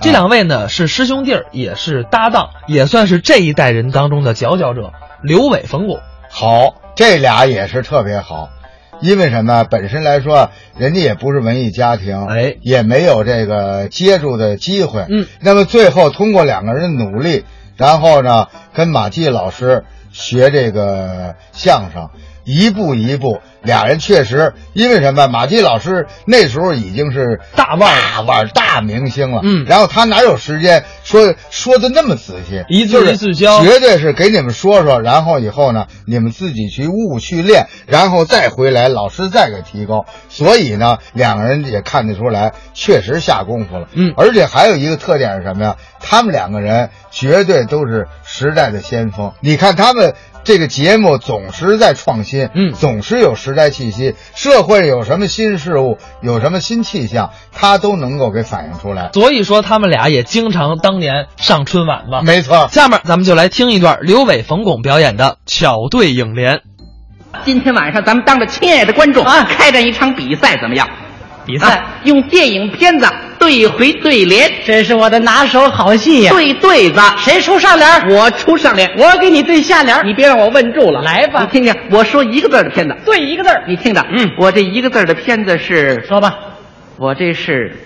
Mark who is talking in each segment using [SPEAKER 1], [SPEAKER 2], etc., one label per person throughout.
[SPEAKER 1] 这两位呢是师兄弟儿，也是搭档，也算是这一代人当中的佼佼者。刘伟、冯巩，
[SPEAKER 2] 好，这俩也是特别好，因为什么？本身来说，人家也不是文艺家庭，
[SPEAKER 1] 哎
[SPEAKER 2] 也没有这个接触的机会，
[SPEAKER 1] 嗯，
[SPEAKER 2] 那么最后通过两个人的努力，然后呢，跟马季老师学这个相声。一步一步，俩人确实因为什么？马季老师那时候已经是
[SPEAKER 1] 大腕儿
[SPEAKER 2] 大腕儿、大明星了。
[SPEAKER 1] 嗯
[SPEAKER 2] 然后他哪有时间说说的那么仔细？
[SPEAKER 1] 一字
[SPEAKER 2] 就是
[SPEAKER 1] 一字教
[SPEAKER 2] 绝对是给你们说说，然后以后呢，你们自己去悟去练，然后再回来，老师再给提高。所以呢，两个人也看得出来，确实下功夫了。
[SPEAKER 1] 嗯
[SPEAKER 2] 而且还有一个特点是什么呀？他们两个人绝对都是时代的先锋。你看他们这个节目总是在创新，
[SPEAKER 1] 嗯
[SPEAKER 2] 总是有时代气息，社会有什么新事物，有什么新气象，他都能够给反映出来。
[SPEAKER 1] 所以说他们俩也经常当年上春晚嘛。
[SPEAKER 2] 没错，
[SPEAKER 1] 下面咱们就来听一段刘伟、冯巩表演的《巧对影联》。
[SPEAKER 3] 今天晚上咱们当着亲爱的观众啊，开展一场比赛，怎么样？
[SPEAKER 1] 比
[SPEAKER 3] 啊，用电影片子对回对联，
[SPEAKER 4] 这是我的拿手好戏呀、
[SPEAKER 3] 对对子，
[SPEAKER 4] 谁出上联儿？
[SPEAKER 3] 我出上联，
[SPEAKER 4] 我给你对下联儿。
[SPEAKER 3] 你别让我问住了，
[SPEAKER 4] 来吧
[SPEAKER 3] 你听听，我说一个字儿的片子，
[SPEAKER 4] 对一个字儿，
[SPEAKER 3] 你听着，
[SPEAKER 4] 嗯
[SPEAKER 3] 我这一个字儿的片子是，
[SPEAKER 4] 说吧。
[SPEAKER 3] 我这是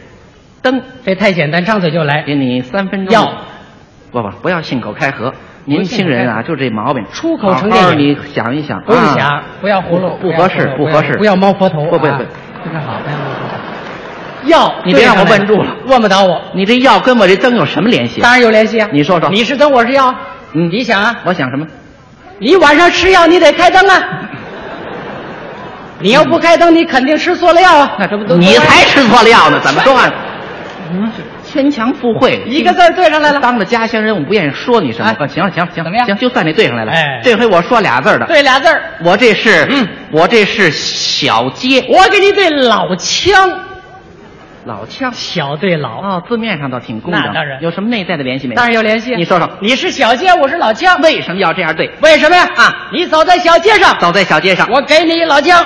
[SPEAKER 3] 灯，
[SPEAKER 4] 这太简单，张嘴就来
[SPEAKER 3] 给。你三分钟。
[SPEAKER 4] 要，
[SPEAKER 3] 不不，不要信口开河，年轻人啊，就这毛病，
[SPEAKER 4] 出口成
[SPEAKER 3] 好好
[SPEAKER 4] 电
[SPEAKER 3] 你
[SPEAKER 4] 影
[SPEAKER 3] 想一想，
[SPEAKER 4] 不用
[SPEAKER 3] 啊
[SPEAKER 4] 想，不要葫芦，
[SPEAKER 3] 不不
[SPEAKER 4] 要
[SPEAKER 3] 合
[SPEAKER 4] 葫芦
[SPEAKER 3] 适，
[SPEAKER 4] 不
[SPEAKER 3] 不
[SPEAKER 4] 要
[SPEAKER 3] 合适，
[SPEAKER 4] 不要猫佛头，
[SPEAKER 3] 不不
[SPEAKER 4] 啊
[SPEAKER 3] 不。
[SPEAKER 4] 这个好，不要猫佛头要
[SPEAKER 3] 你别让我
[SPEAKER 4] 对上
[SPEAKER 3] 问住了
[SPEAKER 4] 问啊不倒我。
[SPEAKER 3] 你这药跟我这灯有什么联系？
[SPEAKER 4] 当然有联系啊。
[SPEAKER 3] 你说说
[SPEAKER 4] 你是灯，我是药。
[SPEAKER 3] 嗯
[SPEAKER 4] 你想啊，
[SPEAKER 3] 我想什么？
[SPEAKER 4] 你晚上吃药，你得开灯啊。你要不开灯，你肯定吃错了药啊。那这不都
[SPEAKER 3] 你才吃错了药呢！怎么说话？嗯，牵强附会，
[SPEAKER 4] 一个字儿对上来了。
[SPEAKER 3] 当着家乡人，我不愿意说你什么。啊
[SPEAKER 4] 哎
[SPEAKER 3] 行了，行了，行了，
[SPEAKER 4] 怎么样
[SPEAKER 3] 行，就算你对上来了。
[SPEAKER 4] 哎
[SPEAKER 3] 这回我说俩字儿的。
[SPEAKER 4] 对俩字儿，
[SPEAKER 3] 我这是，
[SPEAKER 4] 嗯
[SPEAKER 3] 我这是小街
[SPEAKER 4] 我给你对老腔。
[SPEAKER 3] 老腔。
[SPEAKER 4] 小对老，
[SPEAKER 3] 哦，字面上倒挺工整。
[SPEAKER 4] 那当然
[SPEAKER 3] 有什么内在的联系没有？
[SPEAKER 4] 当然有联系。啊
[SPEAKER 3] 你说说，
[SPEAKER 4] 你是小街，我是老姜，
[SPEAKER 3] 为什么要这样对？
[SPEAKER 4] 为什么呀？
[SPEAKER 3] 啊，
[SPEAKER 4] 你走在小街上，
[SPEAKER 3] 走在小街上，
[SPEAKER 4] 我给你老姜，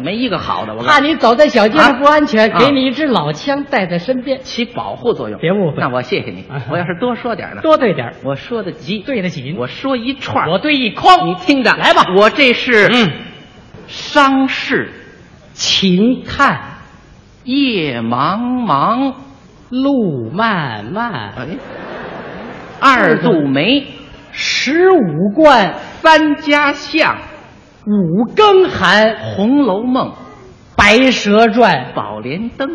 [SPEAKER 3] 没一个好的，我告
[SPEAKER 4] 怕
[SPEAKER 3] 诉你，
[SPEAKER 4] 啊你走在小街上不安全，
[SPEAKER 3] 啊
[SPEAKER 4] 给你一支老枪带在身边，
[SPEAKER 3] 起保护作用。
[SPEAKER 4] 别误会
[SPEAKER 3] 那我谢谢你
[SPEAKER 4] 啊。
[SPEAKER 3] 我要是多说点呢，
[SPEAKER 4] 多对点儿，
[SPEAKER 3] 我说的急，
[SPEAKER 4] 对得起。
[SPEAKER 3] 我说一串儿，
[SPEAKER 4] 我对一筐，
[SPEAKER 3] 你听着，
[SPEAKER 4] 来吧。
[SPEAKER 3] 我这是
[SPEAKER 4] 嗯，
[SPEAKER 3] 伤势
[SPEAKER 4] 秦看
[SPEAKER 3] 夜茫茫，
[SPEAKER 4] 路漫漫，
[SPEAKER 3] 哎，二度梅，
[SPEAKER 4] 十五贯
[SPEAKER 3] 三家巷，
[SPEAKER 4] 五更寒，
[SPEAKER 3] 《红楼梦》，
[SPEAKER 4] 白蛇传，
[SPEAKER 3] 《宝莲灯》，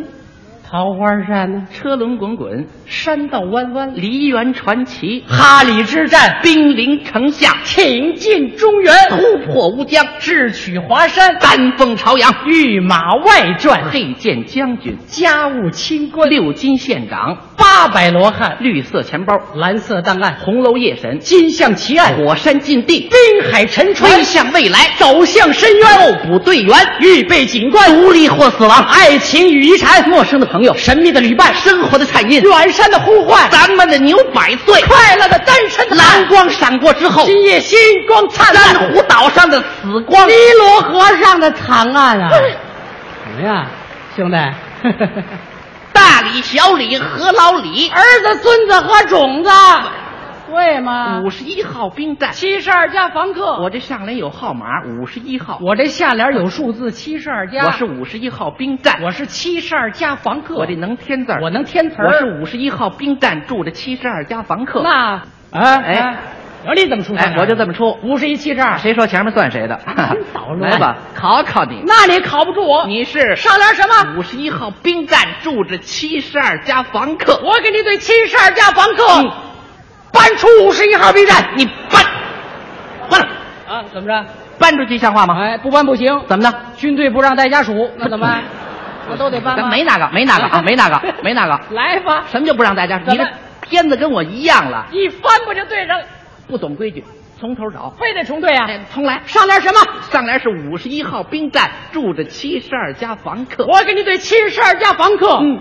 [SPEAKER 4] 桃花扇呢，
[SPEAKER 3] 车轮滚滚，《
[SPEAKER 4] 山道弯弯，
[SPEAKER 3] 梨园传奇》，
[SPEAKER 4] 哈里之战，
[SPEAKER 3] 兵临城下，
[SPEAKER 4] 挺进中原，
[SPEAKER 3] 突破乌江，
[SPEAKER 4] 智取华山，
[SPEAKER 3] 丹凤朝阳，
[SPEAKER 4] 御马外传，
[SPEAKER 3] 佩剑将军，
[SPEAKER 4] 嗯家务清官，
[SPEAKER 3] 六金县长，
[SPEAKER 4] 八百罗汉，
[SPEAKER 3] 绿色钱包，《
[SPEAKER 4] 蓝色档案，
[SPEAKER 3] 红楼夜神》，
[SPEAKER 4] 金象奇案，
[SPEAKER 3] 火山禁地，
[SPEAKER 4] 滨海沉船，
[SPEAKER 3] 飞向未来，
[SPEAKER 4] 走向深渊，
[SPEAKER 3] 候补队员，
[SPEAKER 4] 预备警官，
[SPEAKER 3] 独立或死亡，
[SPEAKER 4] 爱情与遗产，
[SPEAKER 3] 陌生的朋友，
[SPEAKER 4] 神秘的旅伴，
[SPEAKER 3] 生活的产业，
[SPEAKER 4] 远山的呼唤，
[SPEAKER 3] 咱们的牛百岁，
[SPEAKER 4] 快乐的单身的
[SPEAKER 3] 蓝光闪过之后，
[SPEAKER 4] 今夜星光灿
[SPEAKER 3] 珊
[SPEAKER 4] 烂，
[SPEAKER 3] 瑚岛上的死光
[SPEAKER 4] 尼，罗河上的长岸啊，怎么样，兄弟？
[SPEAKER 3] 大李、小李、何老李，
[SPEAKER 4] 儿子、孙子和种子，对吗
[SPEAKER 3] 五十一号兵站。
[SPEAKER 4] 七十二家房客，
[SPEAKER 3] 我这上联有号码，五十一号，
[SPEAKER 4] 我这下联有数字七十二家，
[SPEAKER 3] 我是五十一号兵站，
[SPEAKER 4] 我是七十二家房客，
[SPEAKER 3] 我这能添字儿，
[SPEAKER 4] 我能添词儿，
[SPEAKER 3] 我是五十一号兵站住着七十二家房客。
[SPEAKER 4] 那啊
[SPEAKER 3] 哎
[SPEAKER 4] 哎，我你怎么出啊上
[SPEAKER 3] 哎
[SPEAKER 4] 联，
[SPEAKER 3] 我就这么出，啊
[SPEAKER 4] 五十一七十二，
[SPEAKER 3] 谁说前面算谁的
[SPEAKER 4] 真捣？乱
[SPEAKER 3] 来吧，考考你，
[SPEAKER 4] 那你考不住我，
[SPEAKER 3] 你是
[SPEAKER 4] 上联什么？
[SPEAKER 3] 五十一号兵站住着七十二家房客。
[SPEAKER 4] 我给你对七十二家房客、
[SPEAKER 3] 嗯
[SPEAKER 4] 搬出五十一号 B 站，
[SPEAKER 3] 你搬，换了，
[SPEAKER 4] 啊，怎么着？
[SPEAKER 3] 搬出去像话吗？
[SPEAKER 4] 哎，不搬不行，
[SPEAKER 3] 怎么呢？
[SPEAKER 4] 军队不让带家属，那怎么办？我都得搬
[SPEAKER 3] 咱
[SPEAKER 4] 吗？
[SPEAKER 3] 没那个，没那 个啊，没那个，没那个。
[SPEAKER 4] 来吧，
[SPEAKER 3] 什么叫不让大家？
[SPEAKER 4] 咱
[SPEAKER 3] 你
[SPEAKER 4] 们
[SPEAKER 3] 这片子跟我一样了，
[SPEAKER 4] 一翻不就对上了，
[SPEAKER 3] 不懂规矩，从头找。
[SPEAKER 4] 非得重对啊？
[SPEAKER 3] 哎，重来。
[SPEAKER 4] 上联什么？
[SPEAKER 3] 上联是五十一号兵站住着七十二家房客。
[SPEAKER 4] 我给你对七十二家房客，
[SPEAKER 3] 嗯，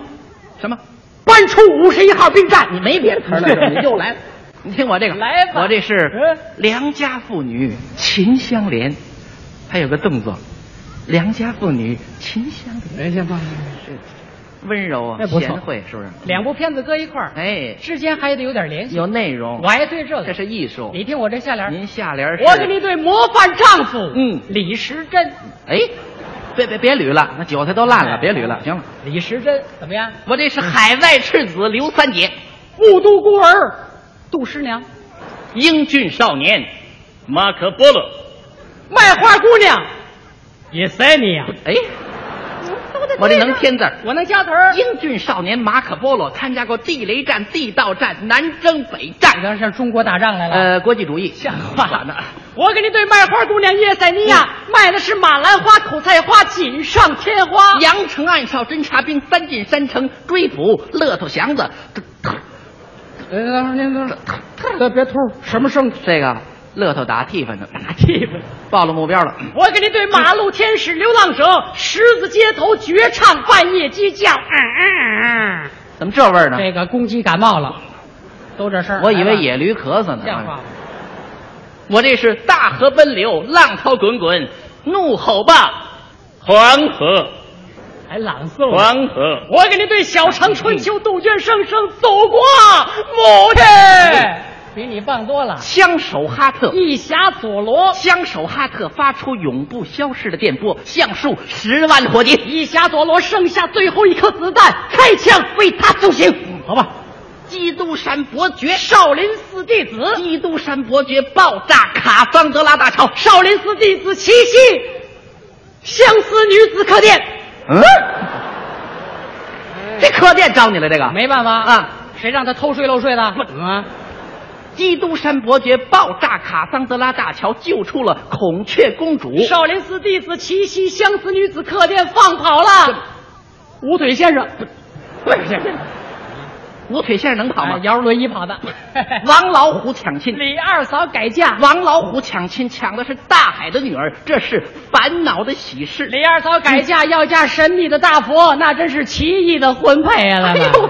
[SPEAKER 3] 什么？
[SPEAKER 4] 搬出五十一号兵站。
[SPEAKER 3] 你没别的词儿了，你又来了。你听我这个，
[SPEAKER 4] 来吧
[SPEAKER 3] 我这是
[SPEAKER 4] 嗯
[SPEAKER 3] 良家妇女秦香莲，
[SPEAKER 4] 哎
[SPEAKER 3] 还有个动作，良家妇女秦香莲。
[SPEAKER 4] 没见过，
[SPEAKER 3] 温柔啊
[SPEAKER 4] 那，哎不错
[SPEAKER 3] 贤惠，是不是？
[SPEAKER 4] 两部片子搁一块儿，
[SPEAKER 3] 哎，
[SPEAKER 4] 之间还得有点联系。
[SPEAKER 3] 有内容，
[SPEAKER 4] 我爱对这个。
[SPEAKER 3] 这是艺术。
[SPEAKER 4] 你听我这下联儿，
[SPEAKER 3] 您下联是
[SPEAKER 4] 我给你对模范丈夫，
[SPEAKER 3] 嗯
[SPEAKER 4] 李时珍，
[SPEAKER 3] 哎，别别别捋了，那韭菜都烂
[SPEAKER 4] 哎
[SPEAKER 3] 了，别捋了，行了。
[SPEAKER 4] 李时珍怎么样？
[SPEAKER 3] 我这是海外赤子刘三姐，
[SPEAKER 4] 雾都孤儿，杜十娘，
[SPEAKER 3] 英俊少年，马可波罗。
[SPEAKER 4] 卖花姑娘，也塞你啊呀！
[SPEAKER 3] 哎，我这能添字儿。
[SPEAKER 4] 我能加词儿。
[SPEAKER 3] 英俊少年马可波罗参加过地雷战、地道战、南征北战，
[SPEAKER 4] 刚上中国打仗来了。
[SPEAKER 3] 呃，国际主义。哎
[SPEAKER 4] 像话呢！哎嗯我给你对卖花姑娘叶塞尼亚，卖的是马兰花、口菜花、锦上添花。
[SPEAKER 3] 阳城暗哨侦察兵三进山城追捕骆驼祥子，嗯
[SPEAKER 4] 呃，您等等，别吐，什么声？
[SPEAKER 3] 这个骆驼打替分的，打替分，暴露目标了。
[SPEAKER 4] 我给你对马路天使、流浪者、十字街头绝唱、半夜鸡叫。嗯嗯嗯，
[SPEAKER 3] 怎么这味儿呢？
[SPEAKER 4] 这个公鸡感冒了，都这事儿。
[SPEAKER 3] 啊
[SPEAKER 4] 哎
[SPEAKER 3] 我以为
[SPEAKER 4] 来吧
[SPEAKER 3] 野驴咳嗽呢。
[SPEAKER 4] 像话吗？
[SPEAKER 3] 我这是大河奔流，浪涛滚滚，怒吼吧，黄河，
[SPEAKER 4] 还朗诵。
[SPEAKER 3] 黄河。
[SPEAKER 4] 我给你对小城春秋、杜鹃声声走过母亲，嗯比你棒多了。
[SPEAKER 3] 枪手哈特，
[SPEAKER 4] 一匣佐罗，
[SPEAKER 3] 枪哦手哈特发出永不消逝的电波，像素十万火急。
[SPEAKER 4] 一匣佐罗剩下最后一颗子弹，开枪为他助刑。好吧，
[SPEAKER 3] 基督山伯爵，
[SPEAKER 4] 少林寺弟子，
[SPEAKER 3] 基督山伯爵爆炸卡桑德拉大桥。
[SPEAKER 4] 少林寺弟子七夕，相思女子客店。
[SPEAKER 3] 嗯，这客店招你了，这个
[SPEAKER 4] 哎没办法
[SPEAKER 3] 啊，
[SPEAKER 4] 谁让他偷税漏税的？啊，
[SPEAKER 3] 基督山伯爵爆炸卡桑德拉大桥，救出了孔雀公主。
[SPEAKER 4] 嗯少林寺弟子七夕，相思女子客店放跑了。无腿先生，
[SPEAKER 3] 不是，无腿先生能跑吗
[SPEAKER 4] 哎？摇着轮椅跑的。 嗯
[SPEAKER 3] 王老虎抢亲，
[SPEAKER 4] 李二嫂改嫁，
[SPEAKER 3] 王老虎抢亲抢的是大海的女儿，这是烦恼的喜事。
[SPEAKER 4] 李二嫂改嫁要嫁神秘的大佛，那真是奇异的婚配啊！来
[SPEAKER 3] 哎
[SPEAKER 4] 吧，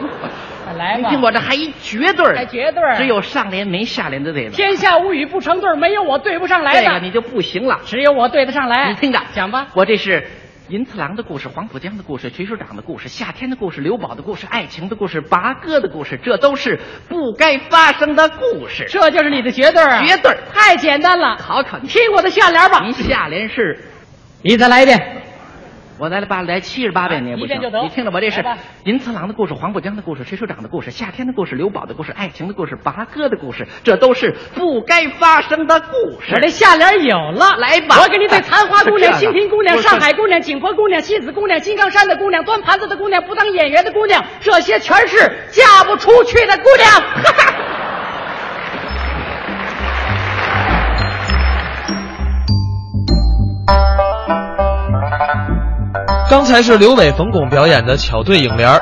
[SPEAKER 4] 来
[SPEAKER 3] 你
[SPEAKER 4] 吧，
[SPEAKER 3] 听我这还一绝对儿
[SPEAKER 4] 还绝对儿
[SPEAKER 3] 只有上联没下联的对子。
[SPEAKER 4] 天下无语不成对儿，没有我对不上来
[SPEAKER 3] 这个
[SPEAKER 4] 的，
[SPEAKER 3] 你就不行了。
[SPEAKER 4] 只有我对得上来。
[SPEAKER 3] 你听着，
[SPEAKER 4] 讲吧。
[SPEAKER 3] 我这是银次郎的故事，黄浦江的故事，徐署长的故事，夏天的故事，刘宝的故事，爱情的故事，拔哥的故事，这都是不该发生的故事。
[SPEAKER 4] 这就是你的绝对儿啊！
[SPEAKER 3] 绝对儿
[SPEAKER 4] 太简单了。
[SPEAKER 3] 考考你，
[SPEAKER 4] 听我的下联吧，
[SPEAKER 3] 您下联是
[SPEAKER 4] 你再来一遍。
[SPEAKER 3] 我来了八来七十八遍，你也
[SPEAKER 4] 啊
[SPEAKER 3] 不
[SPEAKER 4] 一
[SPEAKER 3] 行
[SPEAKER 4] 遍就得。
[SPEAKER 3] 你听着，我这是
[SPEAKER 4] 来吧
[SPEAKER 3] 银次郎的故事、黄浦江的故事、水手长的故事、夏天的故事、刘宝的故事、爱情的故事、拔哥的故事，这都是不该发生的故事。
[SPEAKER 4] 我这下联有了，
[SPEAKER 3] 来吧哎
[SPEAKER 4] 我给你对残花姑
[SPEAKER 3] 这
[SPEAKER 4] 娘、
[SPEAKER 3] 个
[SPEAKER 4] 清平姑娘、
[SPEAKER 3] 不是
[SPEAKER 4] 上海姑娘、景颇姑娘、西子姑娘、金刚山的姑娘、端盘子的姑娘、不当演员的姑娘，这些全是嫁不出去的姑娘。 哈哈。
[SPEAKER 1] 刚才是刘伟、冯巩表演的巧对影联儿